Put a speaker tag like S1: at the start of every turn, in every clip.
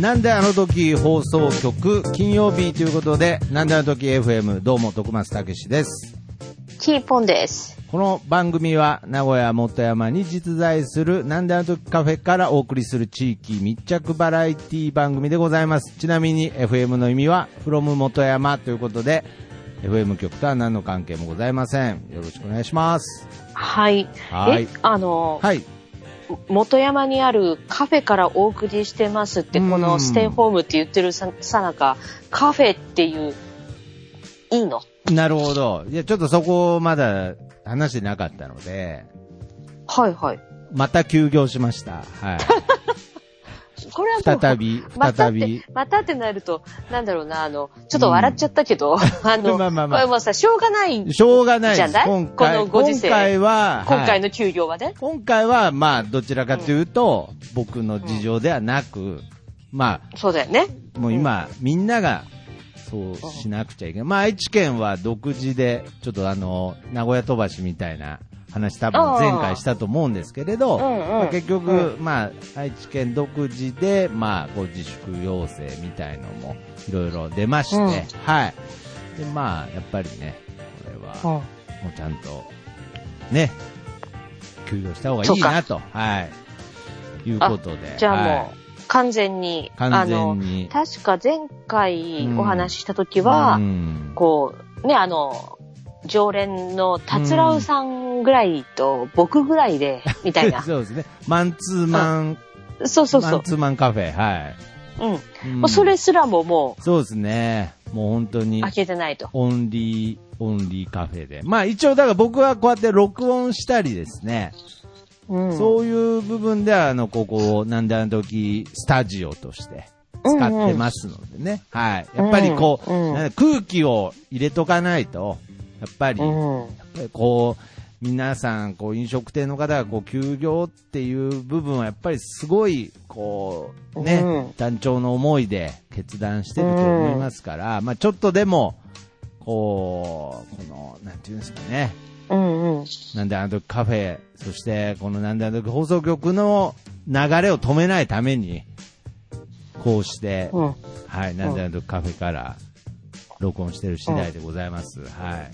S1: なんであの時放送局金曜日ということで、なんであの時 FM どうも徳松たけしです。
S2: キーポンです。
S1: この番組は名古屋元山に実在するなんであの時カフェからお送りする地域密着バラエティ番組でございます。ちなみに FM の意味は from 元山ということで、FM 局とは何の関係もございません。よろしくお願いします。
S2: はい。
S1: はい
S2: え、あの、
S1: はい。
S2: 元山にあるカフェからお送りしてますって、
S1: うん
S2: このステイホームって言ってるささなか、カフェっていう、いいの
S1: なるほど。いや、ちょっとそこまだ話してなかったので、
S2: はいはい。
S1: また休業しました。 はい。
S2: これはもう
S1: 再び、
S2: またっ
S1: 再
S2: て
S1: び。、
S2: またってなると、なんだろうな、あの、ちょっと笑っちゃったけど、 あの、
S1: まあまあまあ
S2: これもうさ、しょうがない、
S1: しょうがない
S2: じゃ
S1: です。
S2: ない
S1: 今
S2: こ
S1: 回、
S2: のご時世。
S1: 今回は、
S2: 今回
S1: はい
S2: の休業はね。
S1: 今回は、まあ、どちらかというと、僕の事情ではなく、ま
S2: そうだよね。
S1: あ、もう今、みんなが、そうしなくちゃいけない。まあ、愛知県は独自で、ちょっとあの、名古屋飛ばしみたいな話多分前回したと思うんですけれど、
S2: うんうん
S1: まあ結局、まあ、愛知県独自で、まあ、こう自粛要請みたいのも、いろいろ出まして、
S2: うん
S1: はい。で、まあ、やっぱりね、これは、
S2: うん。
S1: もうちゃんと、ね、休業した方がいいなと、はい。いうことで。
S2: じゃあもう、
S1: は
S2: 完全に、
S1: い、完全に。
S2: あの、確か前回お話しした時は、
S1: うん
S2: こう、ね、あの、常連の達郎さんぐらいと僕ぐらいで、みたいな。
S1: そうですね。マンツーマン、
S2: そうそう
S1: マ
S2: そ
S1: ンツーマンカフェ、は
S2: う。うん。
S1: い。
S2: もうそれ、すらもも
S1: そうですね。もう本当
S2: う
S1: に
S2: 開、けてないと。
S1: オンリー、オンリーカフェで。まあ一応、だから僕はこうやって録音したりですね、
S2: うん。
S1: そういう部分では、あの、ここを、なんであの時、スタジオとして使ってますのでね。はい。やっぱりこう、
S2: うんうん
S1: なんか空気を入れとかないと、やっぱり、
S2: うん。
S1: こう、皆さん、こう、飲食店の方が、こう、休業っていう部分は、やっぱりすごい、こう、ね、
S2: うん
S1: 団長の思いで決断してると思いますから、まあちょっとでも、こう、この、なんていうんですかね、
S2: うんうん。
S1: なんであの時カフェ、そしてこのなんであの時放送局の流れを止めないために、こうして、
S2: うん。
S1: はい、なんであの時カフェから録音してる次第でございます。はい。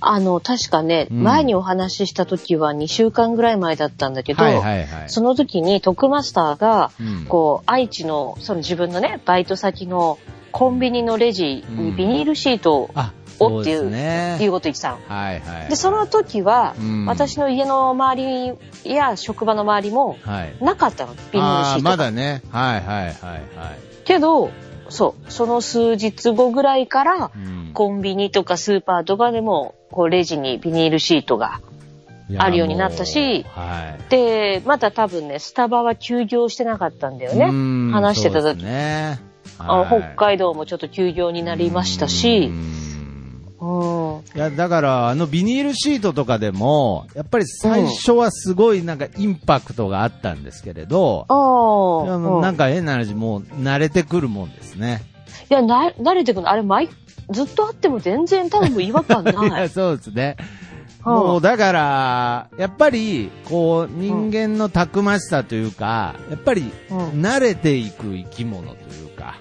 S2: あの、確かね、
S1: うん
S2: 前にお話しした時は2週間ぐらい前だったんだけど、
S1: はいはいはい。
S2: その時にトックマスターが、
S1: うん
S2: こう、愛知の、その自分のね、バイト先のコンビニのレジにビニールシートを、
S1: あ、
S2: お
S1: そう
S2: ってい
S1: で
S2: う
S1: すね。
S2: いうこと言ってたの。
S1: はいはい。
S2: で、その時は、
S1: うん
S2: 私の家の周りや職場の周りも、
S1: はい。
S2: なかったの、ビニールシ
S1: あ
S2: ー
S1: あ
S2: ト
S1: ー、
S2: が。
S1: まだね。はいはいはいはい。
S2: けど、そう、その数日後ぐらいから、
S1: うん
S2: コンビニとかスーパーとかでも、こう、レジにビニールシートが。あるようになった
S1: い
S2: し
S1: やもうはい。
S2: で、まだ多分ね、スタバは休業してなかったんだよね。
S1: うん
S2: 話してた
S1: そうで
S2: 時、
S1: すね。
S2: あの
S1: はい
S2: 北海道もちょっと休業になりました
S1: う、
S2: し
S1: ん
S2: うん。
S1: いや、だから、あのビニールシートとかでも、やっぱり最初はすごいなんかインパクトがあったんですけれど、
S2: あ
S1: いやもうな
S2: あ
S1: ん。か変な話、もう慣れてくるもんですね。
S2: いや、な、慣れてくの。あれ、毎、ずっとあっても全然多分もう違和 感
S1: い
S2: な
S1: や、
S2: い。
S1: そうですね。
S2: うん
S1: もうだから、やっぱり、こう、人間のたくましさというか、やっぱり、
S2: うん
S1: 慣れていく生き物というか、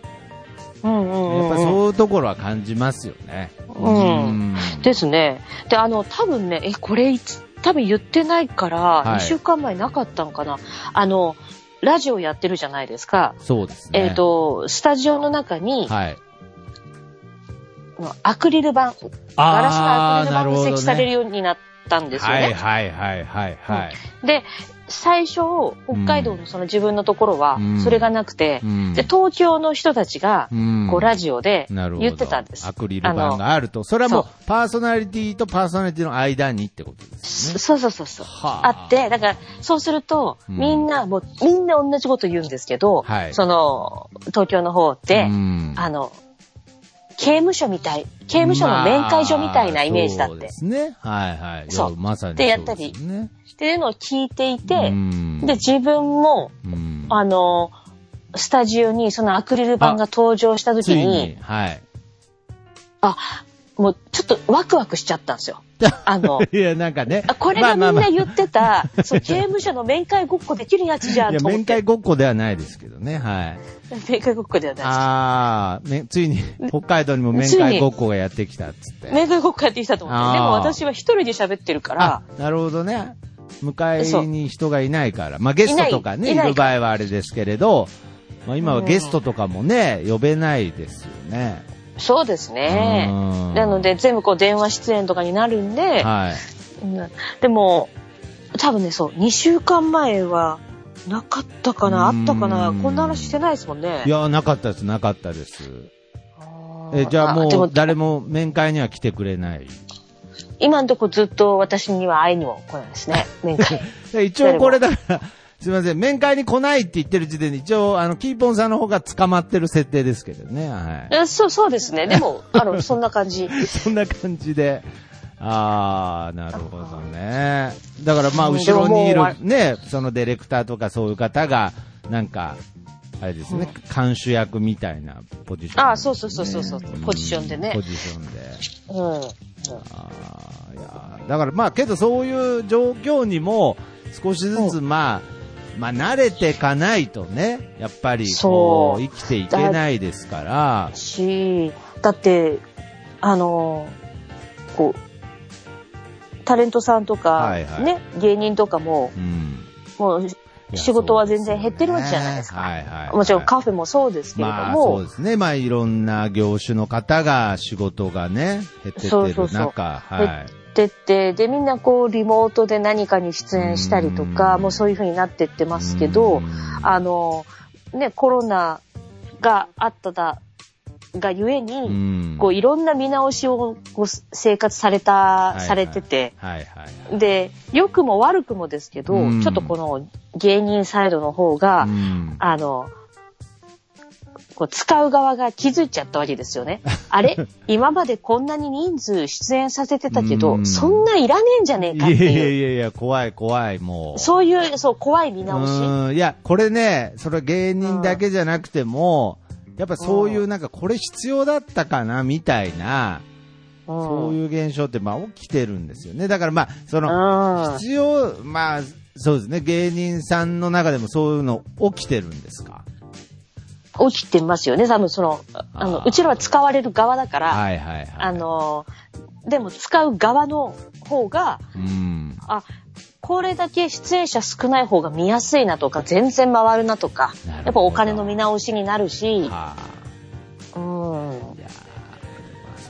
S2: うんうんうんう
S1: や
S2: ん
S1: っぱそういうところは感じますよね。
S2: うん
S1: うん
S2: ですね。で、あの、多分ね、え、これいつ、多分言ってないから、
S1: はい
S2: 2週間前なかったんかな。あの、ラジオやってるじゃないですか。
S1: そうですね。
S2: えっ、、と、スタジオの中に、
S1: はい。
S2: アクリル板、ガラスのアクリル板が設置される
S1: る
S2: ようになったんですよね。
S1: はいはいはいはいはい。
S2: で、最初、北海道のその自分のところは
S1: うん、
S2: それがなくて、
S1: うん
S2: で、東京の人たちが、
S1: うん
S2: こう、ラジオで
S1: なるほど
S2: 言ってたんです。
S1: アクリル板があると。それはもう
S2: そ、
S1: パーソナリティとパーソナリティの間にってことですね。
S2: そうそうそうそう。
S1: は
S2: あって、だから、そうすると、
S1: うん
S2: みんな、もう、みんな同じこと言うんですけど、
S1: はい
S2: その、東京の方って、
S1: うん
S2: あの、刑務所みたい、刑務所の面会所みたいなイメージだっ
S1: まあそう
S2: て。
S1: ですね。はいはい。いや
S2: そう
S1: まさに
S2: で
S1: そ
S2: や
S1: う
S2: っ
S1: で
S2: た
S1: す
S2: り
S1: ね。
S2: っていうのを聞いていて、
S1: うん
S2: で、、自分も、
S1: うん
S2: あの、スタジオにそのアクリル板が登場した
S1: つ
S2: 時
S1: い
S2: に、
S1: に、はい。
S2: あ、もうちょっとワクワクしちゃったんで すよ。あの、
S1: いや、なんかね
S2: あ。これがみんな言ってた、そう、刑務所の面会ごっこできるやつじゃ
S1: い
S2: ん
S1: や、
S2: と思っ
S1: 面
S2: て。
S1: 会ごっこではないですけどね、はい。
S2: 面会ごっこではない
S1: ああ、めついに、北海道にも面会ごっこがやってきたっつって。
S2: です。面会ごっこやってきたと思っ
S1: あー
S2: て。でも私は一人で喋ってるから
S1: あ、、なるほどね。迎えに人がいないから。まあゲストとかね、い
S2: いない
S1: る場合はあれですけれど、まあ今はゲストとかもね、呼べないですよね。
S2: そうですね。
S1: うん
S2: なので、全部こう電話出演とかになるんで、
S1: はい。
S2: うんでも、多分ね、そう、2週間前は、なかったかな、あったかな、
S1: うん
S2: こんな話してないですもんね。
S1: いや、なかったです、なかったです。え、
S2: ー
S1: じゃあ
S2: で
S1: も
S2: も
S1: う誰も面会には来てくれない。
S2: 今のとこずっと私には会いにも来ないですね、面会。
S1: で一応これだから、 すいません、面会に来ないって言ってる時点で、一応、あの、キーポンさんの方が捕まってる設定ですけどね、はい。
S2: えそう、そうですね。でも、あの、そんな感じ。
S1: そんな感じで。ああ、なるほどね。だからまあ、
S2: うん
S1: 後ろにい
S2: でももうあ
S1: るね、そのディレクターとかそういう方が、なんか、あれですね、監修役みたいなポジションですね、
S2: あーそうそうそうそうそうポジションでね
S1: ポジションで。
S2: うん。うん
S1: あーいやーだからまあ、けどそういう状況にも、少しずつまあ、まあ、慣れてかないとね、やっぱり、こう、
S2: そう
S1: 生きていけないですから、
S2: し、だって、あの、こう、タレントさんとか、
S1: はいはい
S2: ね、芸人とかも、
S1: うん。
S2: もう、
S1: いや
S2: 仕事は全然減ってるわけじゃないですか。
S1: そうですよねはいはいはい
S2: もちろんカフェもそうですけれど
S1: まあ
S2: も、
S1: そうですね。まあいろんな業種の方が仕事がね、減ってってる中、
S2: そうそうそう
S1: は
S2: でって、で、みんなこう、リモートで何かに出演したりと
S1: う
S2: か、
S1: ん
S2: もうそういう風になってって
S1: い。
S2: ますけど
S1: う、ん
S2: あの、ね、コロナがあっただ、がゆえ
S1: う
S2: に、
S1: ん
S2: こう、いろんな見直しを、こう、生活された、
S1: はい
S2: されてて、
S1: はいはい。
S2: で、良くも悪くもですけど、
S1: うん
S2: ちょっとこの芸人サイドの方が、
S1: うん
S2: あの、こう使う側が気づいちゃったわけです よね。あれ今までこんなに人数出演させてたけ
S1: う
S2: ど、
S1: ん
S2: そんないらねえんじゃねえ
S1: い
S2: か
S1: や
S2: って
S1: いや
S2: いう。
S1: いやいや、怖い怖い、もう。
S2: そういう、そう、怖い見直し。
S1: うんいや、これね、それ芸人だけじゃなくても、やっぱそういうなんかこれ必要だったかな、みたいな、そう
S2: うん。
S1: いう現象ってまあ起きてるんですよね。だからまあ、その、
S2: うん
S1: 必要、まあ、そうですね、芸人さんの中でもそういうの起きてるんですか
S2: 起きてますよね。多分その、ああの
S1: あ、ー
S2: うちらは使われる側だから、
S1: はいはいはい。
S2: あ、の、でも使う側の方が、
S1: うん。
S2: あ、これだけ出演者少ない方が見やすいなとか、全然回るなと
S1: な
S2: か、
S1: るほど
S2: やっぱお金の見直しになるし、
S1: はあ、
S2: うん。
S1: いやーまあ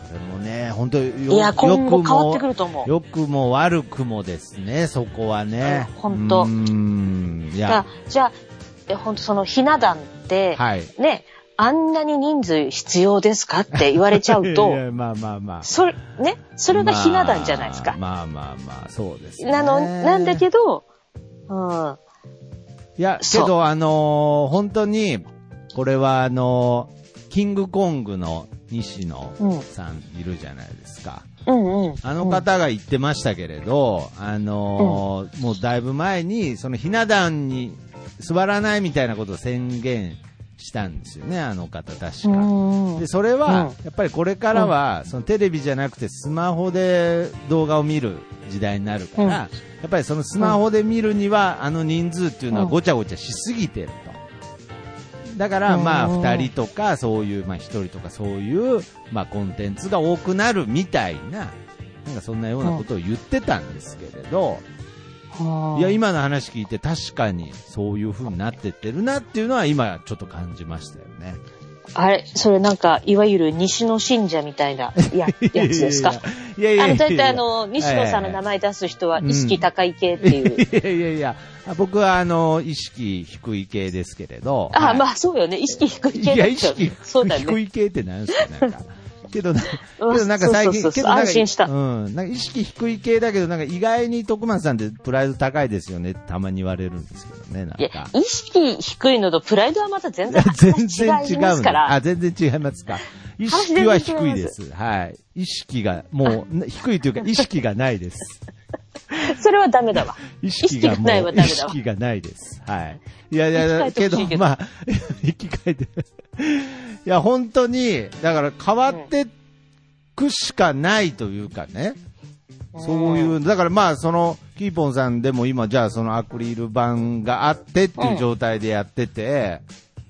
S1: それもね、本当よ
S2: いや、今後変わってく
S1: よ
S2: ると思
S1: くも、
S2: う。
S1: よくも悪くもですね、そこはね。
S2: うんほんと
S1: うん。い
S2: だから
S1: や、
S2: じゃあえ、本当そのひな壇って、
S1: はい。
S2: ね、あんなに人数必要ですかって言われちゃう
S1: いやい
S2: と、
S1: やまあまあまあ。
S2: それ、ね、それがひな壇じゃないですか。
S1: まあまあまあまあ、そうです、ね。
S2: なの、なんだけど、うん。
S1: いや、け
S2: そう
S1: ど、あのー本当に、これはあのーキングコングの西野
S2: うん
S1: さんいるじゃないですか。
S2: うんうん。
S1: あの方が言ってましたけれど、あのーもうだいぶ前に、そのひな壇に座らないみたいなことを宣言したんですよね、あの方確
S2: う
S1: か。
S2: んうん
S1: で、それは
S2: うん、
S1: やっぱりこれからは、そのテレビじゃなくてスマホで動画を見る時代になるから、
S2: うん
S1: やっぱりそのスマホで見るには、あの人数っていうのは
S2: うん
S1: ごちゃごちゃしすぎてると。だから、まあ、
S2: うん
S1: 二人とか、そういう、まあ、一人とか、そういう、まあ、コンテンツが多くなるみたいな、なんかそんなようなことを言ってたんですけれど、いや、今の話聞いて確かにそういう風になってってるなっていうのは今ちょっと感じましたよね。
S2: あれ、それなんか、いわゆる西の信者みた いなややつですか
S1: いやいや
S2: あ
S1: いやいやいや
S2: の、だいたいあの、西野さんの名前出す人は意識高い系っていう。
S1: いやいやいや、あ僕はあの、意識低い系ですけれど。
S2: あ、
S1: はい
S2: まあそうよね。意識低い系
S1: いや、
S2: だ
S1: 意
S2: ったよ
S1: 識
S2: ね。そうだ
S1: 低
S2: ね。
S1: い系ってなんですか、なんか。けどな、け
S2: うわ
S1: どなんか最
S2: そ
S1: 近、
S2: うそ
S1: け
S2: うそう
S1: どなんか
S2: 安心した
S1: うん。なんか意識低い系だけど、なんか意外に徳松さんってプライド高いですよね、たまに言われるんですけどね、なん
S2: いや
S1: か、。
S2: 意識低いのとプライドはまた全然
S1: 全然違
S2: 違いうますか
S1: の。あ、
S2: ら。
S1: 全然違いますか。意識は低いです。はい。意識が、もう、な 低いというか、意識がないです。
S2: それはダメだわ。
S1: 意識が
S2: 意識がない
S1: も
S2: は
S1: う、
S2: ダ
S1: 意
S2: メだわ
S1: 識がないです。はい。いやいや、
S2: 生き
S1: け
S2: 返って
S1: ど
S2: ほしいけど、
S1: まあ、 生き返って。いや、本当に、だから変わってくしかないというかね。そういう、だからまあ、その、キーポンさんでも今、じゃあそのアクリル板があってっていう状態でやってて、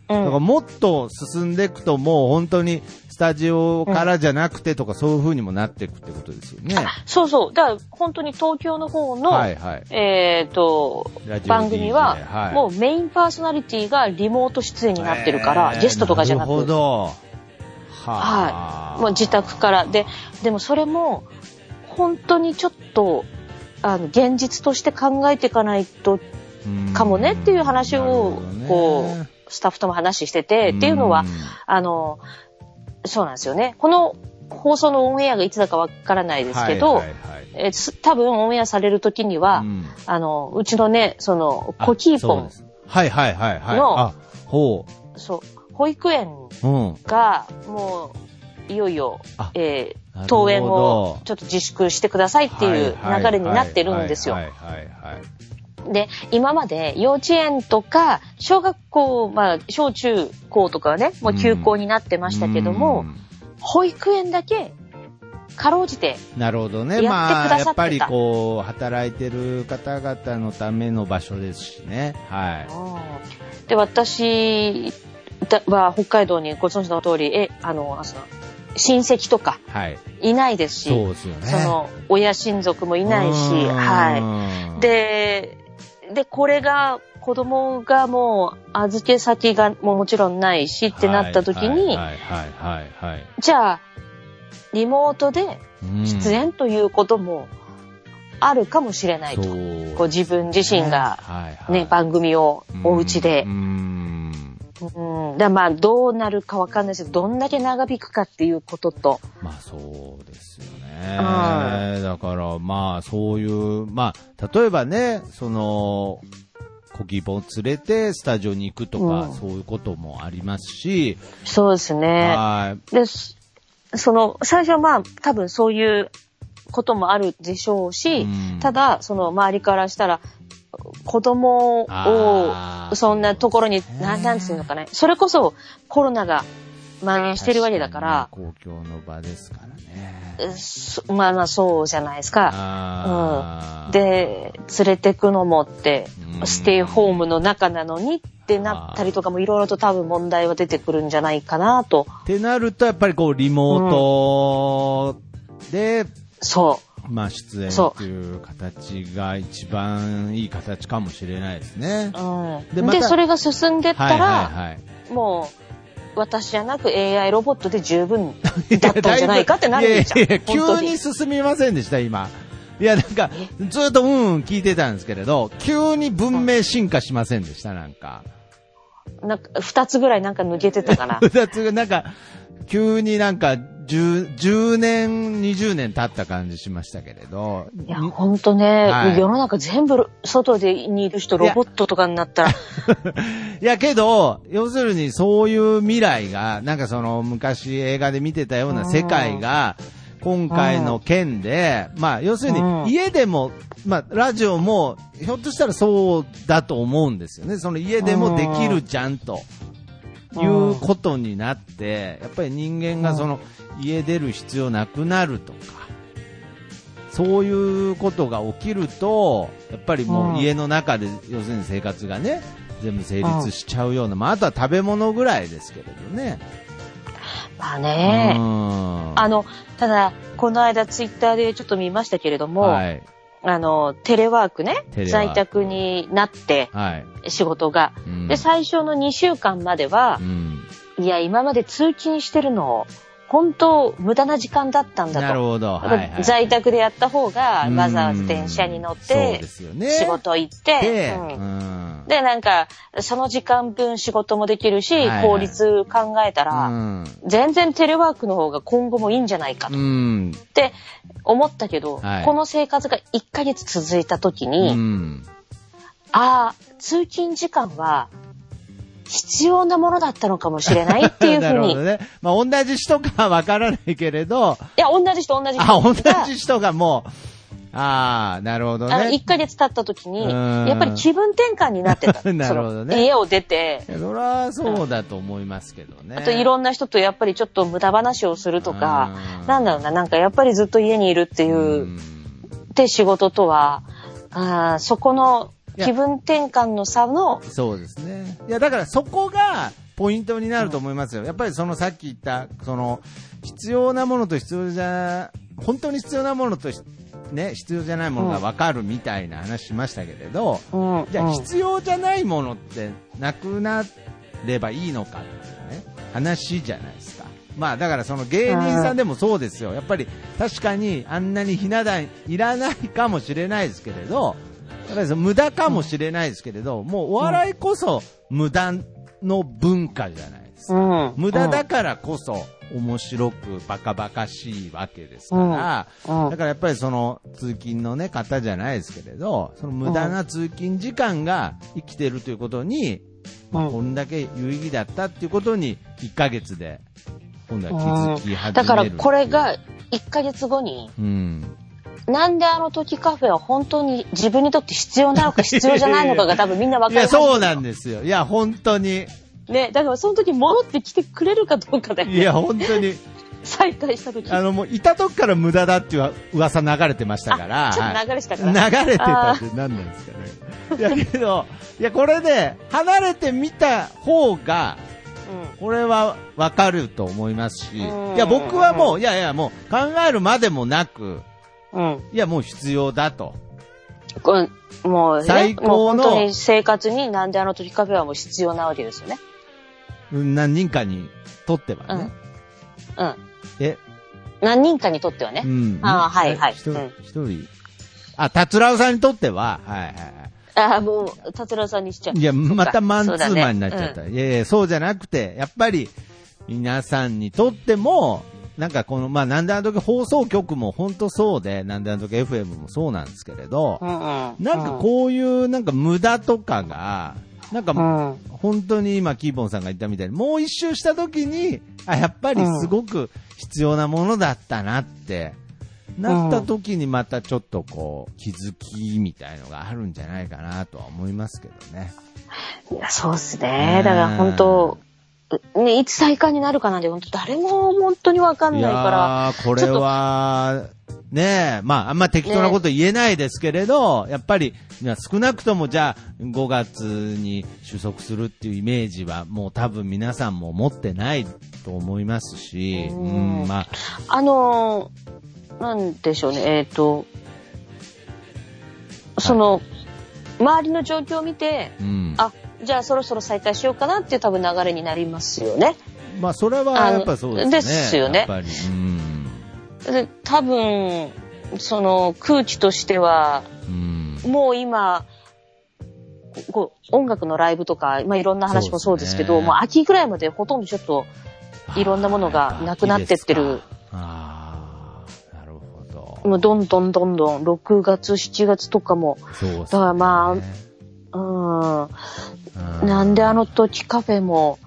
S2: うん。
S1: だからもっと進んでいくと、もう本当にスタジオからじゃなくてとか、そういう風にもなっていくってことですよね。
S2: そうそう。だから本当に東京の方の、
S1: はいはい。
S2: えっ、と
S1: ラジオ DJ、
S2: 番組は、
S1: はい
S2: もうメインパーソナリティがリモート出演になってるから、
S1: えー
S2: ゲストとかじゃなく
S1: なるほど。はあ
S2: はい。もう自宅から。で、でもそれも、本当にちょっと、あの、現実として考えていかないとかもねっていう話を、こう、スタッフとも話してて、っていうのは、あの、そうなんですよね。この放送のオンエアがいつだかわからない
S1: で
S2: ですけ
S1: はい
S2: ど、
S1: はいはい
S2: えーす多分オンエアされる時には、
S1: うん
S2: あの、うちのね、その、
S1: あ
S2: コキーポ
S1: そう
S2: ン
S1: で、すはいはいはいはい。
S2: の
S1: あ、ほ
S2: そう保育園
S1: う。うん。
S2: が、もう、いよいよ
S1: あ、
S2: えー
S1: なるほど
S2: 登園をちょっと自粛してくださいっていう流れになってるんですよ
S1: は。いはいはい
S2: で、今まで幼稚園とか、小学校、まあ、小中高とかはね、もう休校になってましたけども、、保育園だけ、かろうじて、
S1: なるほどね。
S2: やって
S1: ま
S2: くださ
S1: あ、
S2: ってた
S1: やっぱりこう、働いてる方々のための場所ですしね。はい。
S2: で、私だは北海道にご存知の通り、え、あの、あその親戚とか
S1: はい。
S2: いないですし、
S1: そうですよね。
S2: その、親親族もいないし、はい。
S1: い
S2: で、で、これが、子供がもう預け先がもうもちろんないしってなった時に、
S1: はいはいはいはいはい
S2: じゃあ、リモートで
S1: うん
S2: 出演ということもあるかもしれないと。
S1: そう
S2: こう自分自身が
S1: はいはい
S2: ね、番組をお家で
S1: う。ん
S2: うん。だからまあ、どうなるかわかんないですけど、どんだけ長引くかっていうことと。
S1: まあそうですよ
S2: は
S1: ね。だからまあそういう、まあ例えばね、その、コキーポンを連れてスタジオに行くとか、
S2: うん
S1: そういうこともありますし、
S2: そうですね。
S1: はい。
S2: で、そその、最初はまあ、多分そういうこともあるでしょうし、
S1: うん
S2: ただ、その周りからしたら、子供
S1: あ
S2: を
S1: ー
S2: そんなところに
S1: そうで、すね
S2: なんなんつうのかね。それこそコロナが蔓延してるわけだから、
S1: 確かに公共の場ですからね。
S2: うっそまあまあそうじゃないですか。
S1: あー、
S2: で、連れてくのもって
S1: う、ん
S2: ステイホームの中なのにってなったりとかもいろいろと多分問題は出てくるんじゃないかなと。
S1: ってなると、やっぱりこう、リモートで、
S2: そ
S1: まあ、出演
S2: そう
S1: という形が一番いい形かもしれないですね
S2: う。。うん。
S1: で
S2: で
S1: また
S2: それが進んでったら、
S1: はいはいはい。
S2: もう、私じゃなく AI ロボットで十分だったんじゃないかってなるじゃ ん。
S1: いやいやいや
S2: 本当
S1: 急に進みませんでした、今。いや、なんか、ずっとうんうん聞いてたんですけれど、急に文明進化しませんでした、なんか。
S2: なんか、二つぐらいなんか抜けてたかな。
S1: 二つが、なんか、急になんか、10, 10年、20年経った感じしましたけれど。
S2: いや、ほんとね、
S1: はい
S2: 世の中全部、外でにいる人、ロボットとかにな ったら、
S1: い やけど、要するにそういう未来が、なんかその昔映画で見てたような世界が、今回の件で、まあ要する
S2: うん
S1: に家でも、まあラジオも、ひょっとしたらそうだと思うんですよね。その家でもできるじゃんと。
S2: うん
S1: いうことになって、やっぱり人間がその、家出る必要なくなるとか、そういうことが起きると、やっぱりも
S2: うん
S1: う家の中で、要するに生活がね、全部成立しちゃうような、まあ、あとは食べ物ぐらいですけれどね。
S2: まあ
S1: う
S2: ね、
S1: ん。
S2: あの、ただ、この間ツイッターでちょっと見ましたけれども、
S1: はい。
S2: あの、テレワークね、
S1: テレワーク
S2: 在宅になって、
S1: はい。
S2: 仕事が。
S1: うん
S2: で、最初の2週間までは
S1: う、ん。
S2: いや、今まで通勤してるの、本当無駄な時間だったんだと。
S1: なるほど。はい、はい。
S2: 在宅でやった方が、
S1: うん
S2: わざわざ電車に乗っ
S1: そう
S2: て
S1: で、すよね。
S2: 仕事行って、
S1: で、う
S2: うん
S1: ん。
S2: で、なんか、その時間分仕事もできるし、
S1: はいはい
S2: 効率考えた
S1: う
S2: ら、
S1: ん
S2: 全然テレワークの方が今後もいいんじゃないか
S1: う
S2: と
S1: ん。
S2: って思ったけど、
S1: はい
S2: この生活が1ヶ月続いた時
S1: う
S2: に、
S1: ん。
S2: ああ、通勤時間は必要なものだったのかもしれないっていう ふ
S1: な
S2: う
S1: るほ
S2: に。
S1: どね。まあ、同じ人かはわからないけれど、
S2: いや、同じ人、同じ人が。
S1: あ、同じ人がもう、ああ、なるほど
S2: あの、
S1: ね
S2: 1。ヶ月経った時に、
S1: うん
S2: やっぱり気分転換になってた。
S1: なるほどね
S2: その家を出て、
S1: いやそりゃそうだと思いますけどね。
S2: あといろんな人とやっぱりちょっと無駄話をするとか
S1: う、ん
S2: なんだろうな、なんかやっぱりずっと家にいるっていうう、
S1: ん
S2: で仕事とは、あーそこの気分転換の差の、
S1: そうですね。いや、だからそこがポイントになると思いますよ。やっぱりそのさっき言った、その、必要なものと必要じゃ、本当に必要なものとし、ね、必要じゃないものが分かるみたいな話しましたけれど、
S2: うん、
S1: じゃ
S2: う
S1: あ
S2: ん
S1: 必要じゃないものってなくなればいいのかっていうね、話じゃないですか。まあだからその芸人さんでもそうですよ。やっぱり確かにあんなにひな壇いらないかもしれないですけれど、やっぱりその無駄かもしれないですけれど、もうお笑いこそ無駄の文化じゃないですか。
S2: うん
S1: 無駄だからこそ面白くバカバカしいわけですから、
S2: うんうん
S1: だからやっぱりその通勤のね方じゃないですけれど、その無駄な通勤時間が生きてるということに、まあ、
S2: うん
S1: こんだけ有意義だったっていうことに1ヶ月で今度は気づき始めるっていう
S2: だからこれ、が1ヶ月後に、
S1: うん、
S2: なんであの時カフェは本当に自分にとって必要なのか必要じゃないのか が多分みんな分
S1: い
S2: かる
S1: やそうなん
S2: で
S1: ですよ。いや本当に、
S2: ね、だからその時戻ってきてくれるかどうかだよ
S1: い
S2: ね。
S1: や本当に。
S2: 再開した時。
S1: あの、もう、いたとこから無駄だっていう噂流れてましたから。
S2: あちょっと流れてたか
S1: は
S2: ら
S1: い流れてたって何なんですか ね。いやけど、いや、これで、離れてみた方が、これはわかると思いますし、い
S2: うん
S1: や、僕はもう、いやいや、もう、考えるまでもなく、
S2: うん。うん。
S1: いや、もう必要だと。
S2: これもう、ね、
S1: 最高の
S2: もう本当に生活になんであの時カフェはもう必要なわけですよね。
S1: 何人かにとってはね。
S2: うん。
S1: え、
S2: 何人かにとってはね。
S1: うん。
S2: ああはいはい
S1: 一
S2: う
S1: 人
S2: ん、
S1: 一人。あ、達郎さんにとっては、はいはいはい。
S2: ああ、もう、達郎さんにしちゃう。
S1: いや、またマンツ
S2: そうだ
S1: ー
S2: ね
S1: マンになっちゃった。いやいや、そうじゃなくて、やっぱり、皆さんにとっても、なんかこの、まあ、なんであの時放送局も本当そうで、なんであの時 FM もそうなんですけれど
S2: う、んうん。
S1: なんかこういう、なんか無駄とかが、なんか、
S2: うん
S1: 本当に今、キーボンさんが言ったみたいに、もう一周した時に、あ、やっぱりすごく必要なものだったなって、なった時にまたちょっとこう、気づきみたいのがあるんじゃないかなとは思いますけどね。
S2: いや、そうっす
S1: う
S2: ね
S1: ん。
S2: だから本当、ね、いつ再開になるかなんて、本当誰も本当にわかんないか
S1: やーこれは、ねえ、まあ、あんま適当なこと言えないですけれど、やっぱり、いや少なくともじゃあ、5月に収束するっていうイメージは、もう多分皆さんも持ってないと思いますし、
S2: うん
S1: うん、まあ、
S2: ら、あのー、なんでしょうね、えっ、と、その、周りの状況を見て、
S1: うん。
S2: あ、じゃあそろそろ再開しようかなっていう多分流れになりますよね。
S1: まあ、それはやっぱそうですね。
S2: あのですよね
S1: やっぱり。うん。
S2: で多分、その空気としては、
S1: うん。
S2: もう今、こう音楽のライブとか、まあ、いろんな話もそうですけ
S1: そう
S2: ど、
S1: ですね
S2: もう秋ぐらいまでほとんどちょっといろんなものがなくなってってる。
S1: あーなるほど。
S2: もうどんどんどんどん6月、7月とかも、
S1: そうですね。
S2: だからまうん、
S1: う
S2: なんであの時カフェも、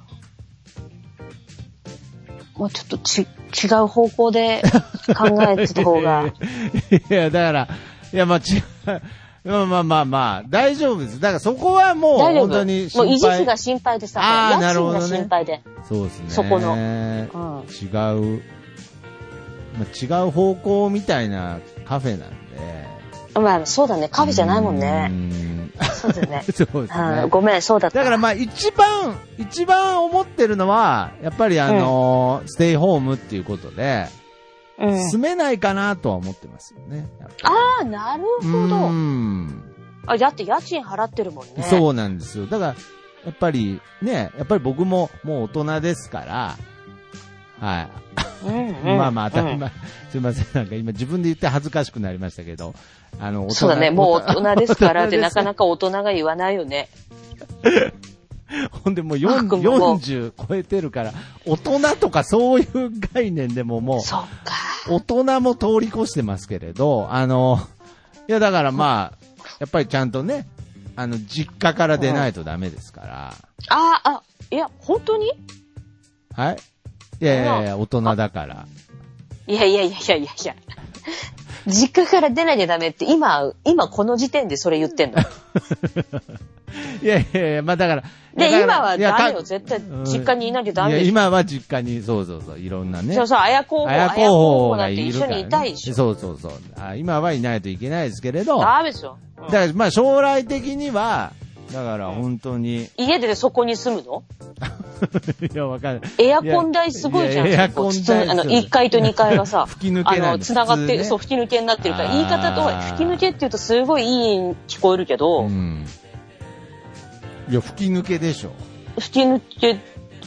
S2: もうちょっとち違う方向で考えてた方 が、
S1: いや、だから、いや、まあ、違う。まあまあまあまあ、大丈夫です。だからそこはもう、
S2: 大丈
S1: 本
S2: 夫。も
S1: 当
S2: う
S1: に
S2: 維
S1: 心配。
S2: 持費が心配でさ、
S1: あー
S2: 家
S1: なるほ
S2: 賃
S1: ど
S2: が
S1: ね
S2: 心配で。
S1: そうですね。
S2: そこ
S1: 違う、
S2: のうん
S1: まあ、違う方向みたいなカフェなんで。
S2: まあ、そうだね。カ
S1: カ
S2: フェじゃないもんね。
S1: ね。。
S2: そうだよね
S1: そうです
S2: う
S1: ね
S2: ん、。ごめん、そうだった。
S1: だからまあ一番、一番思ってるのは、やっぱりあのーステイホームっていうことで、
S2: うん、
S1: 住めないかなとは思ってますよね。やっぱ
S2: ああ、なる
S1: う
S2: ほど。
S1: ん。
S2: あ、だって家賃払ってるもんね。
S1: そうなんですよ。だから、やっぱりね、やっぱり僕ももう大人ですから、はい。
S2: うんうん。
S1: まあまあ当たり
S2: うん
S1: 前、すいません。なんか今自分で言って恥ずかしくなりましたけど、あの、大人
S2: そうだね。もう大人で すからってなか
S1: か。
S2: なか大人が言わないよね。
S1: ほんでもう40
S2: 僕ももう
S1: 40超えてるから、大人とかそういう概念でももう、
S2: そっか。
S1: 大人も通り越してますけれど、あの、いやだからまあ、やっぱりちゃんとね、あの、実家から出ないとダメですから、
S2: ああ、いや、本当に
S1: はいいやいやいや、大人だから。
S2: いやいやいやいやいやいや。実家から出なきゃダメって、今、今この時点でそれ言っ てんの。
S1: いやいやいや、まあだから。だか
S2: で、
S1: ら
S2: 今はい
S1: や
S2: ダメ
S1: か
S2: よ。絶対、実家にいなきゃダメ
S1: い
S2: で
S1: や、
S2: しょ。
S1: 今は実家に、そうそうそう、いろんなね。
S2: そうそう、綾候補、
S1: 綾候
S2: 綾候
S1: 補
S2: 補だっ
S1: が
S2: て
S1: いるか
S2: 一緒
S1: ら、ね。
S2: にいたいでしょ。
S1: そうそうそう。あ今はいないといけないですけれど、だか
S2: ダメですよ。うん
S1: らまあ将来的には、だから本当に、
S2: 家でそこに住むの
S1: いや、わかんない。
S2: エアコン代すごいじゃん。
S1: いやいやエアコン代
S2: そこ包んあの、
S1: そうそう、
S2: 1階と2階がさ
S1: 吹き抜けなんだ
S2: あの、繋がっ
S1: 普
S2: て、
S1: 通ね
S2: そう、吹き抜けになってるか
S1: あ
S2: ら、
S1: ー
S2: 言い方とは、吹き抜けって言うとすごいいい聞こえるけど、
S1: うん。いや、吹き抜けでしょ。
S2: 吹き抜け、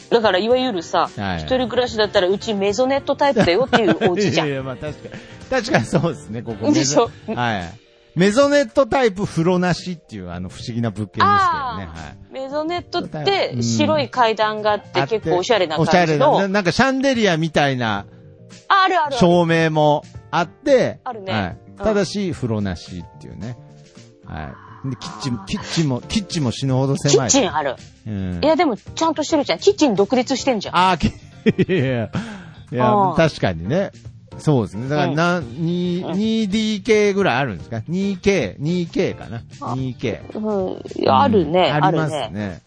S2: だからいわゆるさ、
S1: はい
S2: 一人暮らしだったらうちメゾネットタイプだよっていうお家じゃ
S1: いやいや、
S2: ん。
S1: まあ確かに。確かにそうですね、ここ
S2: でしょ
S1: メゾはい。メゾネットタイプ風呂なしっていう、あの、不思議な物件ですけどね。
S2: あ
S1: はい。
S2: ーメゾネットっ
S1: う
S2: て
S1: ん
S2: 白い階段があって
S1: あって
S2: 結構おしゃれな
S1: おしゃ
S2: 感
S1: れ
S2: じ
S1: な
S2: の。
S1: ななんかシャンデリアみたいな
S2: ああるあるある。
S1: 照明もあって、
S2: あるね
S1: はい
S2: うん
S1: ただし、風呂なしっていうね。はい。で、キッチン、キッチンも、キッチンも死ぬほど
S2: キ
S1: 狭
S2: ッ
S1: い。
S2: チンある。
S1: うん
S2: いやでもちゃんとしてるじゃん。キッチン独立してんじゃん。
S1: ああ、きいや いや、いや
S2: うん
S1: 確かにね。そうですね。だから
S2: うん
S1: な、に 2DK ぐらいあるんですか ?2K、2K かな ?2K。
S2: うん、あるね、
S1: うん
S2: あ
S1: あり
S2: る
S1: ます
S2: ね。
S1: ね。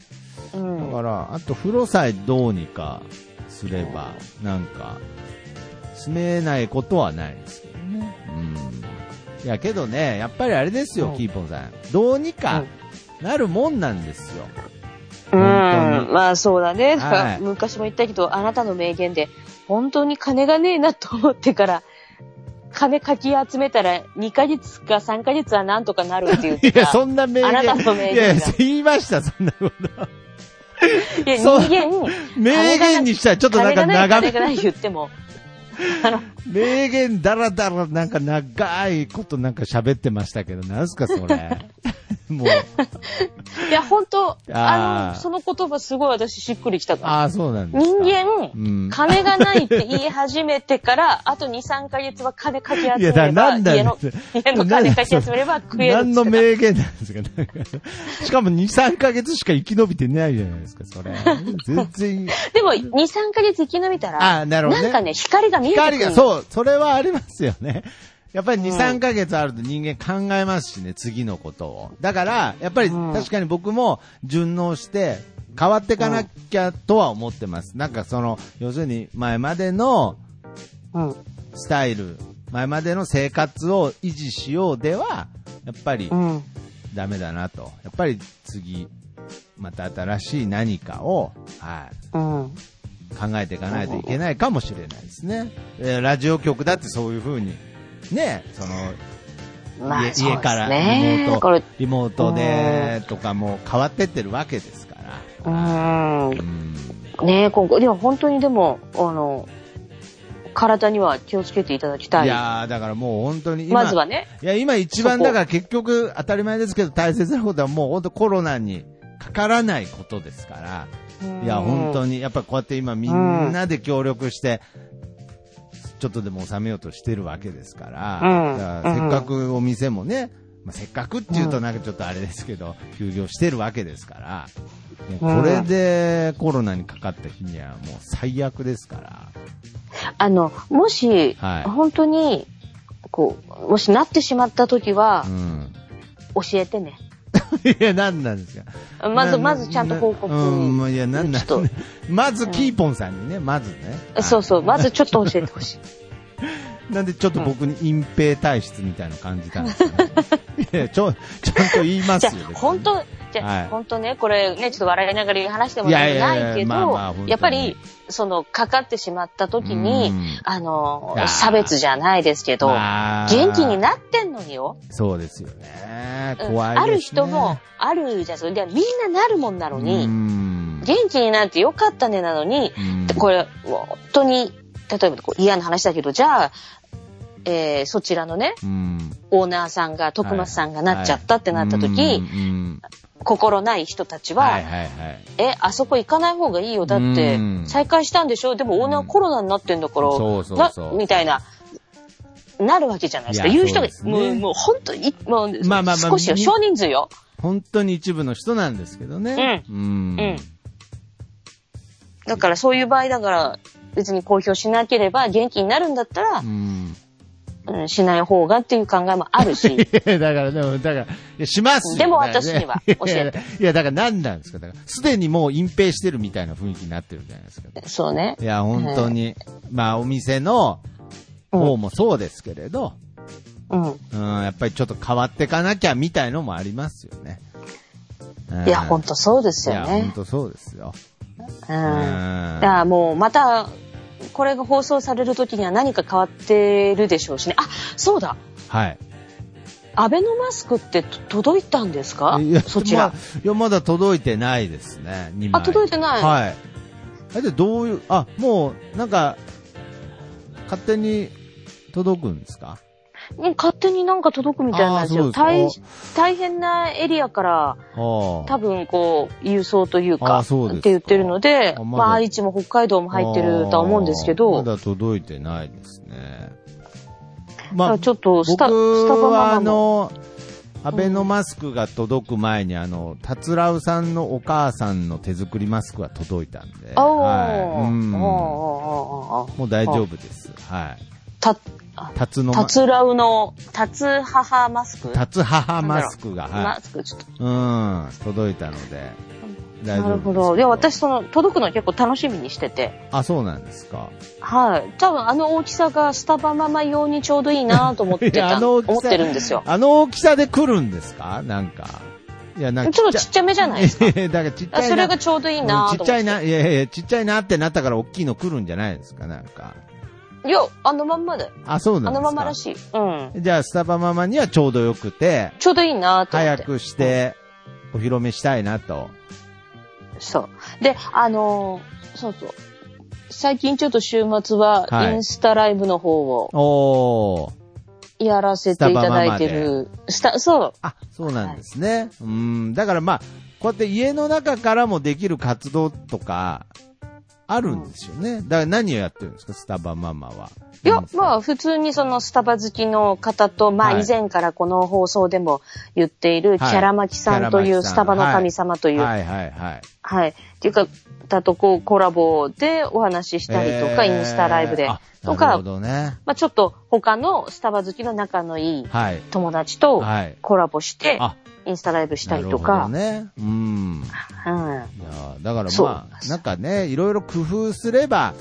S2: う
S1: だ
S2: ん、
S1: から、あと風呂さえどうにかすれば、なんか、住めないことはないですけどね。うん。いや、けどね、やっぱりあれですよ、
S2: うん
S1: キーポンさん。どうにかなるもんなんですよ。
S2: うん
S1: 本当に
S2: まあそうだね。だから
S1: はい
S2: 昔も言ったけど、あなたの名言で、本当に金がねえなと思ってから、金かき集めたら2ヶ月か3ヶ月はなんとかなるっていうか。
S1: いや、そんな名言。
S2: あなたの名言
S1: いや、
S2: が
S1: 言いました、そんなこと。
S2: いや
S1: そう
S2: 人間、
S1: 名言にしたらちょっとなん
S2: 金
S1: か
S2: がない、
S1: 長
S2: 金
S1: め、
S2: がない言っても、
S1: 名言だらだらなんか長いことなんか喋ってましたけど、なんすか それ。もう、
S2: いや、本当あ
S1: あー
S2: の、その言葉すごい私しっくりきたから。
S1: ああ、そうなんですか。
S2: 人間、
S1: うん
S2: 金がないって言い始め てから、あと2、3ヶ月は金かき集
S1: いや
S2: め
S1: だ
S2: れ
S1: な
S2: ば、
S1: んだ
S2: 家
S1: よ
S2: の、家の金かき集めれば食えるっつってた
S1: 何の名言なんですかなんかしかも2、3ヶ月しか生き延びてないじゃないですか、そ れ。全然。
S2: でも、2、3ヶ月生き延びたら、
S1: あーなるほどね
S2: んかね、光が見えてくる。
S1: 光が、そう、それはありますよね。 やっぱり2、3ヶ月あると人間考えますしね、次のことを。だから、やっぱり
S2: うん
S1: 確かに僕も順応して、変わっていかなきゃとは思ってます。なんかその、要するに前までの
S2: うん。
S1: スタイル、前までの生活を維持しようでは、やっぱり
S2: うん。
S1: ダメだなと。やっぱり次、また新しい何かを、はい、
S2: うん。
S1: 考えていかないといけないかもしれないですね。えーラジオ局だってそういう風に、ね、その、
S2: まあ
S1: 家
S2: そう
S1: 家
S2: で
S1: か
S2: す
S1: ら
S2: ね
S1: リモ
S2: こ
S1: ー
S2: れ
S1: ト、リモートでとかも変わってってるわけですから。
S2: う
S1: うん
S2: ん。ねえ、今後、でも本当にでも、あの、体には気をつけていただきたい。
S1: いやーだからもう本当に今、
S2: まずはね。
S1: いや、今一番
S2: そこ
S1: だから結局当たり前ですけど大切なことはもう本当コロナにかからないことですから。いや、本当
S2: に。
S1: に、やっぱこうやって今みんなで協力して、ちょっとでも収めようとしてるわけですから、
S2: うん
S1: だからせっかくお店もね、まあ、せっかくっていうとなんかちょっとあれですけど、休業してるわけですから、ね
S2: うん
S1: これでコロナにかかった日にはもう最悪ですから、
S2: あの、もし、
S1: はい
S2: 本当に、こう、もしなってしまった時は
S1: う、ん。
S2: 教えてね。
S1: いや、なんなんですか。
S2: まず、
S1: な
S2: まずちゃんと報告。
S1: うん、まあいや、なんな
S2: ちょ
S1: ん、
S2: っと
S1: まずキーポンさんにね、まずね。
S2: そうそう、まずちょっと教えてほ しい。
S1: なんでちょっと僕に隠蔽体質みたいなの感じたんですよ、ね。 いや、ちょ、ちゃんと言います
S2: じゃ
S1: よ。別に
S2: あ、本当、じゃあ、
S1: はい
S2: 本当ね、これね、ちょっと笑いながら話してもらえ
S1: いやいや
S2: ない
S1: い
S2: け
S1: や
S2: ど、
S1: まあまあ本当に
S2: やっぱり、その、かかってしまった時
S1: う
S2: に、
S1: ん
S2: あの
S1: いやー、
S2: 差別じゃないですけど、
S1: まあ
S2: 元気になってんのによ。
S1: そうですよね。
S2: うん
S1: 怖いです、ね。
S2: ある人も、あるじゃん、それでみんななるもんなの
S1: う
S2: に、
S1: ん
S2: 元気になってよかったねなのに、
S1: うん
S2: これ、本当に、例えばこう嫌な話だけど、じゃあ、えーそちらのね、
S1: うん
S2: オーナーさんが、徳松さんがなっちゃったってなった時、
S1: はいうんうん
S2: 心ない人たちは、
S1: はいはいはい。
S2: え、あそこ行かない方がいいよ。だって
S1: うん、
S2: 再開したんでしょでもオーナーコロナになってんだから、
S1: そうそうそう
S2: なみたいな、なるわけじゃないですか。
S1: いや
S2: 言う人
S1: そう
S2: が、
S1: ですね
S2: もう、もう本当に、もう、
S1: まあまあまあ
S2: 少しよ、
S1: み
S2: 少人数よ。
S1: 本当に一部の人なんですけどね。うん。
S2: うんだからそういう場合だから、別に公表しなければ元気になるんだったら
S1: う、ん。
S2: うん、しない方がっていう考えもあるし。
S1: いや、だから、でも、だからいや、しますよ
S2: でも私には教えて
S1: いやいやいや、だから何なんですかだから、すでにもう隠蔽してるみたいな雰囲気になってるじゃないですか。
S2: そうね
S1: い。や、本当に。まあ、お店の方もそうですけれど、
S2: うん。
S1: うん、やっぱりちょっと変わってかなきゃみたいのもありますよね。
S2: いや、ほん
S1: 当
S2: とそうですよ
S1: いや、ほん
S2: ね。
S1: とそうですよ。
S2: う。
S1: うん
S2: だか
S1: ん。
S2: らもうまた、これが放送される時には何か変わってるでしょうしね。あ、そうだ。
S1: はい。
S2: アベノマスクってと届いたんですか
S1: いや
S2: そちら
S1: まあ。いや、まだ届いてないですね。2枚
S2: あ届いてない
S1: はい。あれどういう、あ、もう、なんか、勝手に届くんですか
S2: うん勝手になんか届くみたいなんですよ。
S1: あーそう
S2: 大
S1: です
S2: 大変なエリアから
S1: 多
S2: 多分こう郵送という
S1: あ
S2: か
S1: ーそうですか
S2: って言ってるので、
S1: あまだ
S2: まあ愛知も北海道も入ってるとは思うんですけ
S1: あー
S2: ど、
S1: まだ届いてないですね。
S2: だ
S1: ま
S2: からちょっとスタスタ
S1: 僕
S2: バマ
S1: は
S2: マ
S1: あ
S2: も。
S1: の、アベノマスクが届く前に、あの、たつらうさんのお母さんの手作りマスクは届いたんで、
S2: あー
S1: はいうん
S2: あー
S1: も
S2: あーあーあー
S1: う大丈夫です。はい。
S2: た、あ
S1: たつの、
S2: たつらうの、たつ母マスク
S1: たつ母マスクが、
S2: マ
S1: は
S2: スク、ちょっと。
S1: い。うん、届いたので、大丈夫です。
S2: なるほど。いや、私、その、届くの結構楽しみにしてて。
S1: あ、そうなんですか。
S2: はい。多分あの大きさがスタバママ用にちょうどいいなと思って
S1: いやあ
S2: た、
S1: の大きさ
S2: 思ってるんですよ。
S1: あの大きさで来るんですかなんか。いや、なんか
S2: ちょっとちっちゃめじゃないですか。
S1: いやい やだからちっちゃいな。
S2: それがちょうどいいな
S1: うんち
S2: と思
S1: っち
S2: って。
S1: ゃいな、いやいやいや、ちっちゃいなってなったから大きいの来るんじゃないですか、なんか。
S2: いや、あのまんまで。
S1: あ、そうな
S2: あ
S1: んです
S2: の
S1: か。
S2: ままらしい。うん。
S1: じゃあ、スタバママにはちょうどよくて、
S2: ちょうどいいなと思っ
S1: 早
S2: て。
S1: くして、お披露目したいなと。
S2: そう。で、あのーそうそう。最近ちょっと週末は
S1: はい
S2: インスタライブの方を
S1: おー。
S2: やらせていただいてる。スタ、そう。
S1: あ、そうなんですね。うん、だからまあ、こうやって家の中からもできる活動とか、あるんですよね。だから何をやってるんですか、スタバママは。
S2: いや、
S1: あ、
S2: まあ、普通にそのスタバ好きの方と、ま
S1: は
S2: あ、
S1: い
S2: 以前からこの放送でも言っている、キャラマキさんとい
S1: キャラマ
S2: う、
S1: キさん
S2: スタバの神様という、はい、
S1: はいはいはい。
S2: っていう方とこうコラボでお話ししたりとか、
S1: えー
S2: インスタライブで
S1: あ、
S2: と
S1: なる
S2: か
S1: ほ、どね。
S2: まあ、ちょっと他のスタバ好きの仲のいい
S1: はい。
S2: 友達と
S1: はい。
S2: コラボして、
S1: あ、
S2: インスタライブしたりと
S1: なる
S2: か、
S1: ほどね。うん。
S2: う
S1: い
S2: ん。
S1: やーだから
S2: そう
S1: まあ、なんかね、いろいろ工夫すれば、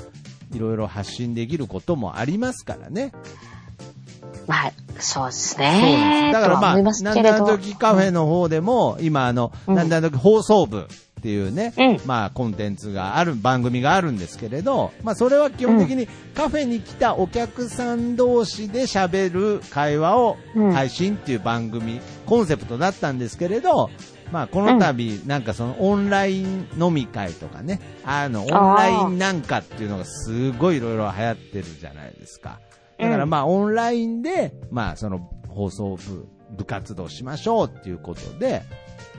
S1: いろいろ発信できることもありますからね。
S2: まあ、そうです
S1: そうなんで
S2: ね。
S1: す。だから
S2: とは
S1: まあ、
S2: 思いす
S1: なん
S2: けれ
S1: だ
S2: ど
S1: ん時カフェの方でも、今あの、
S2: うん
S1: なんだん時放送部っていうね、
S2: うん
S1: まあコンテンツがある、番組があるんですけれど、まあそれは基本的にカフェに来たお客さん同士で喋る会話を
S2: うん
S1: 配信っていう番組、コンセプトだったんですけれど、まあこの度、なんかそのオンライン飲み会とかね、あの、オンラインなんかっていうのがすごいいろいろ流行ってるじゃないですか。だからまあオンラインで、まあその放送部、部活動しましょうっていうことで、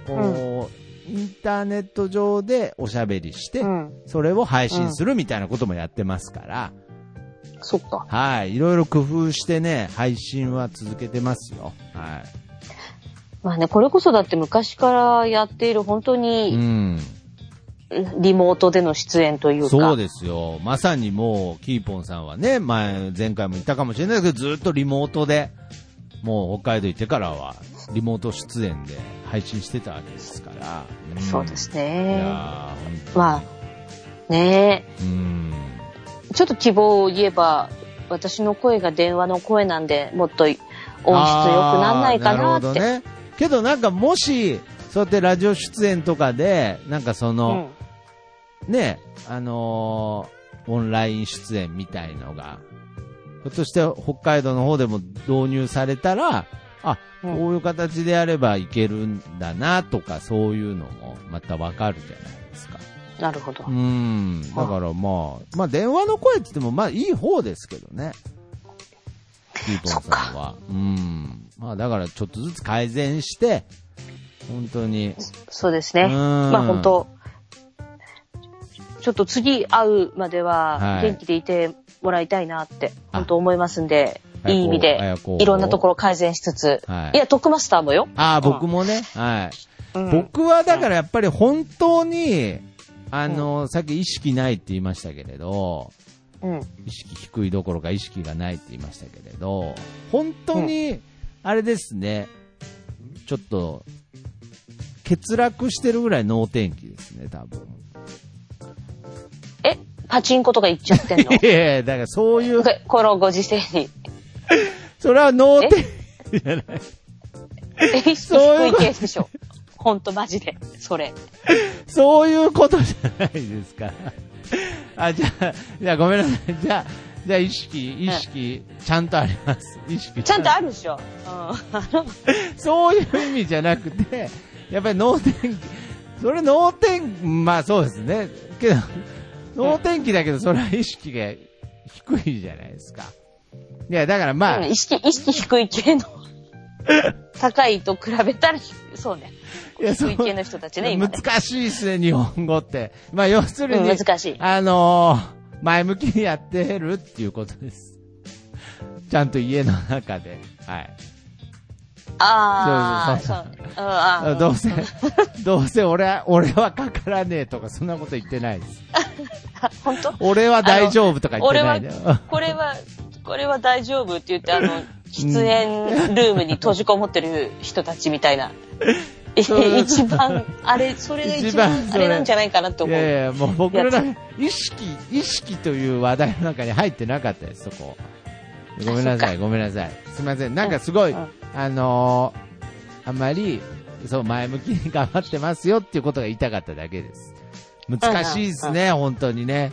S1: こう、インターネット上でおしゃべりして、
S2: うん。
S1: それを配信するみたいなこともやってますから、
S2: そっか。
S1: はい、いろいろ工夫してね、配信は続けてますよ。は
S2: まあね、これこそだって昔からやっている本当
S1: い。う
S2: に
S1: ん。
S2: リモートでの出演というか。
S1: そうですよ。まさにもう、キーポンさんはね、前、前回も言ったかもしれないけど、ずっとリモートで、もう北海道行ってからは、リモート出演で配信してたわけですから。ん
S2: そうです
S1: いや
S2: ね。
S1: ー、本当
S2: まあ、ね
S1: うん。
S2: え、ちょっと希望を言えば、私の声が電話の声なんで、もっと音質良くなんないかなって。
S1: あーるほどね。けどなんかもし、そうやってラジオ出演とかで、なんかそうの、
S2: ん。
S1: ね、あのーオンライン出演みたいのが、ひょっとして北海道の方でも導入されたら、あ、
S2: うん
S1: こういう形でやればいけるんだなとか、そういうのもまたわかるじゃないですか。
S2: なるほど
S1: う。ん。だからまあ、まあ電話の声って言っても、まあいい方ですけどね。キーポンさんは。うん。まあだからちょっとずつ改善して、本当に。
S2: そうですね。
S1: うん
S2: まあ本当、ちょっと次会うまで
S1: は
S2: はい元気でいてもらいたいなって、
S1: あ
S2: 本当思いますんで、
S1: 早く
S2: いい意味
S1: 早
S2: で
S1: く
S2: いろんなところ改善しつつ、
S1: はい
S2: い、や、トックマスターもよ。
S1: ああ、僕もね。はい。
S2: うん
S1: 僕はだからやっぱり本当に、あの、さっき意識ないって言いましたけれど、
S2: うん。
S1: 意識低いどころか意識がないって言いましたけれど、本当に、あれですね、ちょっと、欠落してるぐらい脳天気ですね、多分。
S2: え、パチンコとか行っちゃってんの
S1: いやいや、だからそういう、
S2: このご時世に。
S1: それは脳天気じゃない。
S2: え、低
S1: そうい
S2: いう
S1: こと
S2: 系でしょ。ほんとマジで。それ。
S1: そういうことじゃないですから。あ、じゃあ、じゃあごめんなさい。じゃあ、じゃあ意識、意識、ちゃんとあります。意識
S2: ちゃんとあるでしょ。うん。あの、
S1: そういう意味じゃなくて、やっぱり脳天気、それ脳天気、まあそうですね。けど、脳天気だけど、それは意識が低いじゃないですか。いや、だからまあ、
S2: うん意識、意識低 い系の高いと比べたら、そうね。
S1: やそう
S2: 低い系の人たちね、今ね。
S1: 難しいですね、日本語って。まあ要するに、
S2: うん難しい
S1: あのー前向きにやってるっていうことです。ちゃんと家の中で。はい。
S2: ああ、
S1: そ
S2: そうう。
S1: そう
S2: うん、あー
S1: どうせ、どうせ俺は、俺はかからねえとか、そんなこと言ってないです。
S2: あ本当
S1: 俺は大丈夫とか言って
S2: 俺
S1: な
S2: はい
S1: で。、
S2: これは、これは大丈夫って言って、あの、喫煙ルームに閉じこもってる人たちみたいな。
S1: そう
S2: 一番、あれ、それが一
S1: 一番
S2: 番、
S1: そ
S2: あ
S1: れ
S2: れなんじゃないかな
S1: い
S2: と思う。
S1: やいや、もう僕の
S2: いや
S1: 中、意識、意識という話題の中に入ってなかったです、そこ。ごめんな
S2: あそ
S1: さ
S2: っ
S1: い、ごめんなさい。すみません。なんかすごい、
S2: うんうん
S1: あのーあんまり、そう、前向きに頑張ってますよっていうことが言いたかっただけです。難しいですね、本当にね。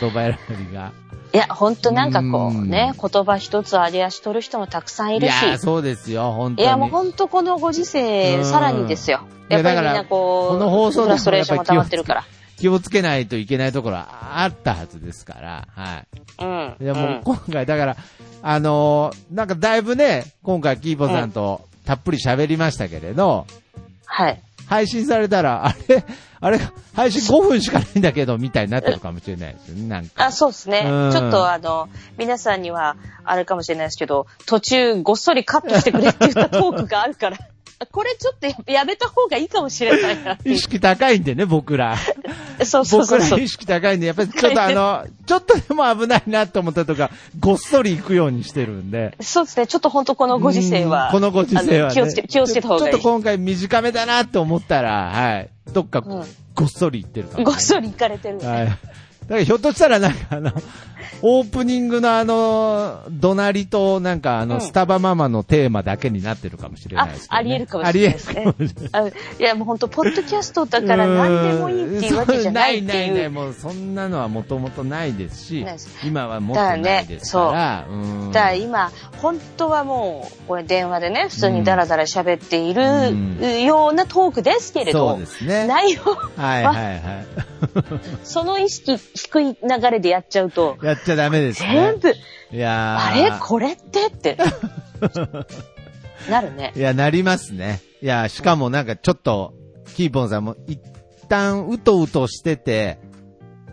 S1: 言葉選びが。
S2: いや、ほんとなんかこ
S1: う
S2: うんね、言葉一つありやしとる人もたくさんい
S1: い
S2: るし。
S1: やー、そうですよ、本
S2: い
S1: 当に。
S2: や、もうほんとこのご時
S1: う
S2: 世、
S1: ん
S2: さらにですよ。
S1: いや
S2: やっ
S1: だ
S2: ぱり
S1: か
S2: みん
S1: ら
S2: なこう、
S1: この放送でも
S2: フラストレーションも溜まってるか
S1: 気をつけないといけないところはあったはずですから、はい。
S2: ら。うん。
S1: いやも
S2: う
S1: うん今回、だから、あのーなんかだいぶね、今回キーポさんとたっぷり喋りましたけれど、
S2: はい。
S1: 配信されたら、あれ、あれ、配信5分しかないんだけど、みたいになってるかもしれないですよね、なんか。
S2: あ、そうですね。
S1: うん
S2: ちょっとあの、皆さんには、あれかもしれないですけど、途中ごっそりカットしてくれって言ったトークがある から、これちょっとややめた方がいいかもしれないなってい
S1: 意識高いんでね、僕ら。
S2: う。そうそう
S1: 僕
S2: そう
S1: ら
S2: そう。
S1: 意識高いんで、やっぱりちょっとあの、ちょっとでも危ないなと思ったとか、ごっそり行くようにしてるんで。
S2: そうですね。ちょっと本当このご時世は。
S1: うんこのご時世は、ね。
S2: あの気をつけ、気をつけた方がいい。
S1: ちょっと今回短めだなと思ったら、はい。どっか
S2: う
S1: ご
S2: ん
S1: っそり行ってるかも、
S2: ごっそり行かれてる。
S1: はい。だからひょっとしたらなんかあの、オープニングのあの、怒鳴りとなんかあ
S2: う
S1: の、
S2: ん
S1: スタバママのテーマだけになってるかもしれない
S2: あ
S1: です、けど、ね。
S2: ありえるかもしれないですね。あいや、もう本当、ポッドキャストだから何でもいいっていうわけじゃないって
S1: んそな
S2: いう。
S1: いないないうもうそんなのはもともとないですし
S2: ないです、
S1: 今はもっとないですから、うん
S2: だから今、本当はもう、これ電話でね、普通にダラダラ喋っているようなトークですけれ
S1: そう
S2: ど
S1: で、すね。
S2: 内容
S1: はい
S2: は
S1: はいはい。
S2: その意識低い流れでやっちゃうと、
S1: やっちゃダメですね
S2: 全。部、
S1: いや
S2: あ
S1: ー
S2: れこれってって。なるね
S1: い。や、なりますね。いや、しかもなんかちょっと、キーポンさんも一旦うとうとしてて、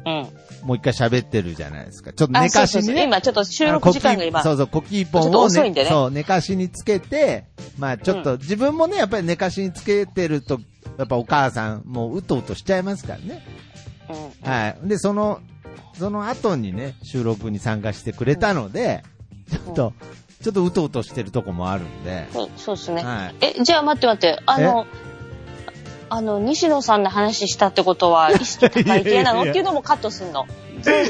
S2: うん。
S1: もう一回喋ってるじゃないですか。ちょっと
S2: あ
S1: 寝
S2: そう
S1: か
S2: そ
S1: し
S2: う
S1: に
S2: そう
S1: ね。
S2: 今ちょっと収
S1: あの
S2: 録時間が今
S1: コキ、そうそう、コキーポ
S2: ちょ
S1: ン
S2: っと
S1: を、
S2: 遅いんでね
S1: そう、寝かしにつけて、まあちょっと、自分もね、やっぱり寝かしにつけてると、やっぱお母さん、もううとうとしちゃいますからね。
S2: うん
S1: はい。で、その、その後にね、収録に参加してくれたので、ちょっと、ちょっとうとうとしてるとこもあるんで、
S2: うんそうですね。
S1: はい。
S2: え、じゃあ待って待って、あの、あの、西野さんの話したってことは、 意識高い系な
S1: いやいやいや
S2: のっていうのもカットすんの。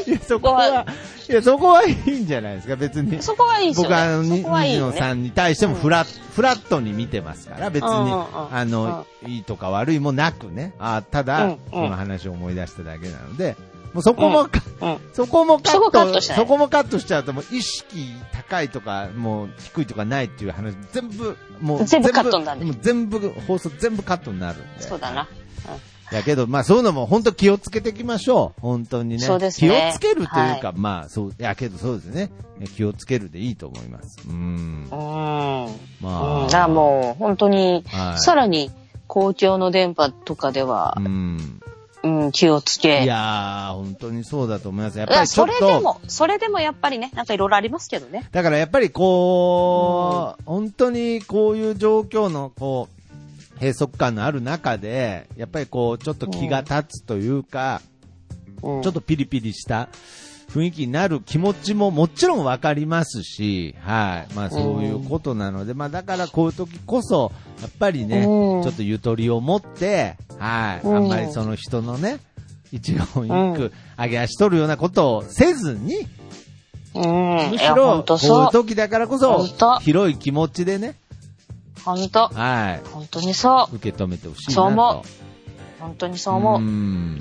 S1: いや、そこは、いや、そこはいいんじゃないですか、別に。
S2: そこはいいですよ
S1: 僕はあの、
S2: ね。
S1: に
S2: そこはいい
S1: 西
S2: よ
S1: 野
S2: ね。
S1: さんに対してもフラッ、フラットに見てますから、別に、
S2: うんうんうん
S1: あの、いいとか悪いもなくね。あただ、
S2: うんうん
S1: この話を思い出しただけなので、もうそこもか、
S2: うん
S1: そこもカ
S2: そ
S1: ッ
S2: こカ
S1: ト、
S2: ットしない
S1: そこもカットしちゃうと、もう意識高いとか、もう低いとかないっていう話、全部、もう
S2: 全部カットになる
S1: もう全部、放送全部カットになるんで。
S2: そうだな。
S1: だけど、まあそういうのも本当気をつけていきましょう。本当にね。
S2: そうですね
S1: 気をつけるというか、まあそう、いやけどそうですね。気をつけるでいいと思います。うん
S2: う。ん。うん。
S1: まあ。
S2: だからもう、本当に、
S1: はい
S2: さらに、公共の電波とかでは、
S1: ん。
S2: うん、気をつけ。
S1: い
S2: い
S1: や
S2: や、
S1: ー、本当にそうだと思います。やっぱりちょっ
S2: それで
S1: と、
S2: も、それでもやっぱりね、なんかいろいろありますけどね。
S1: だからやっぱりこう、本当にこういう状況の、こう、閉塞感のある中で、やっぱりこう、ちょっと気が立つというか、
S2: うん
S1: ちょっとピリピリした雰囲気になる気持ちももちろんわかりますし、はい。まあそういうことなので、まあだからこういう時こそ、やっぱりね、ち
S2: うん
S1: ょっとゆとりを持って、はい。
S2: うん
S1: あんまりその人のね、一言一句、上げ足取るようなことをせずに、
S2: うん。
S1: む
S2: い
S1: し
S2: や、ほん
S1: ろ、
S2: と
S1: こういう
S2: そ
S1: 時だからこそ
S2: 本当、
S1: 広い気持ちでね、
S2: う。ほんと。
S1: は
S2: ほんとにそ
S1: い。受け止めてほしいなと。
S2: そう思う。ほんとにそう思う。
S1: ん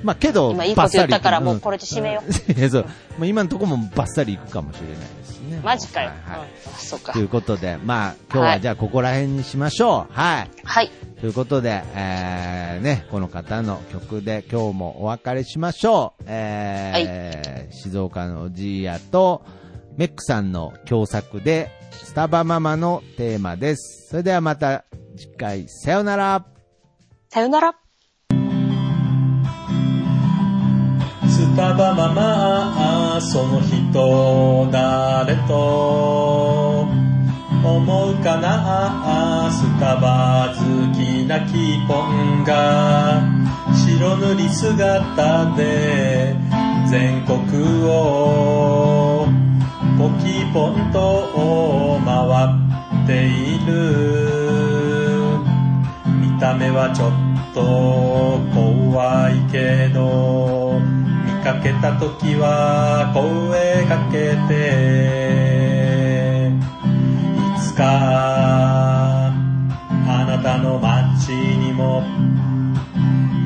S1: まあけど、
S2: 今いいこ
S1: バッ
S2: と
S1: サ
S2: 言っ
S1: リ
S2: たからもうこれで締めよ
S1: うん いやそう。まあ今のところもバッサリいくかもしれないですね。
S2: マジかよ。
S1: はいは
S2: う
S1: い
S2: んあそうか
S1: とい。うことで、まあ今日
S2: は
S1: はいじゃあここら辺にしましょう。はい。
S2: はい。
S1: ということで、えー、ね、この方の曲で今日もお別れしましょう。えー静岡のジーヤとメックさんの共作で、スタバママのテーマです。それではまた次回、さようなら。
S2: さよなら。
S3: スタバママその人誰と思うかなスタバ好きなキーポンが白塗り姿で全国をポキポンと回っている見た目はちょっと怖いけど見かけた時は声かけていつかあなたの街にも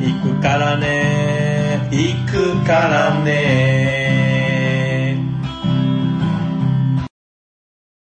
S3: 行くからね行くからね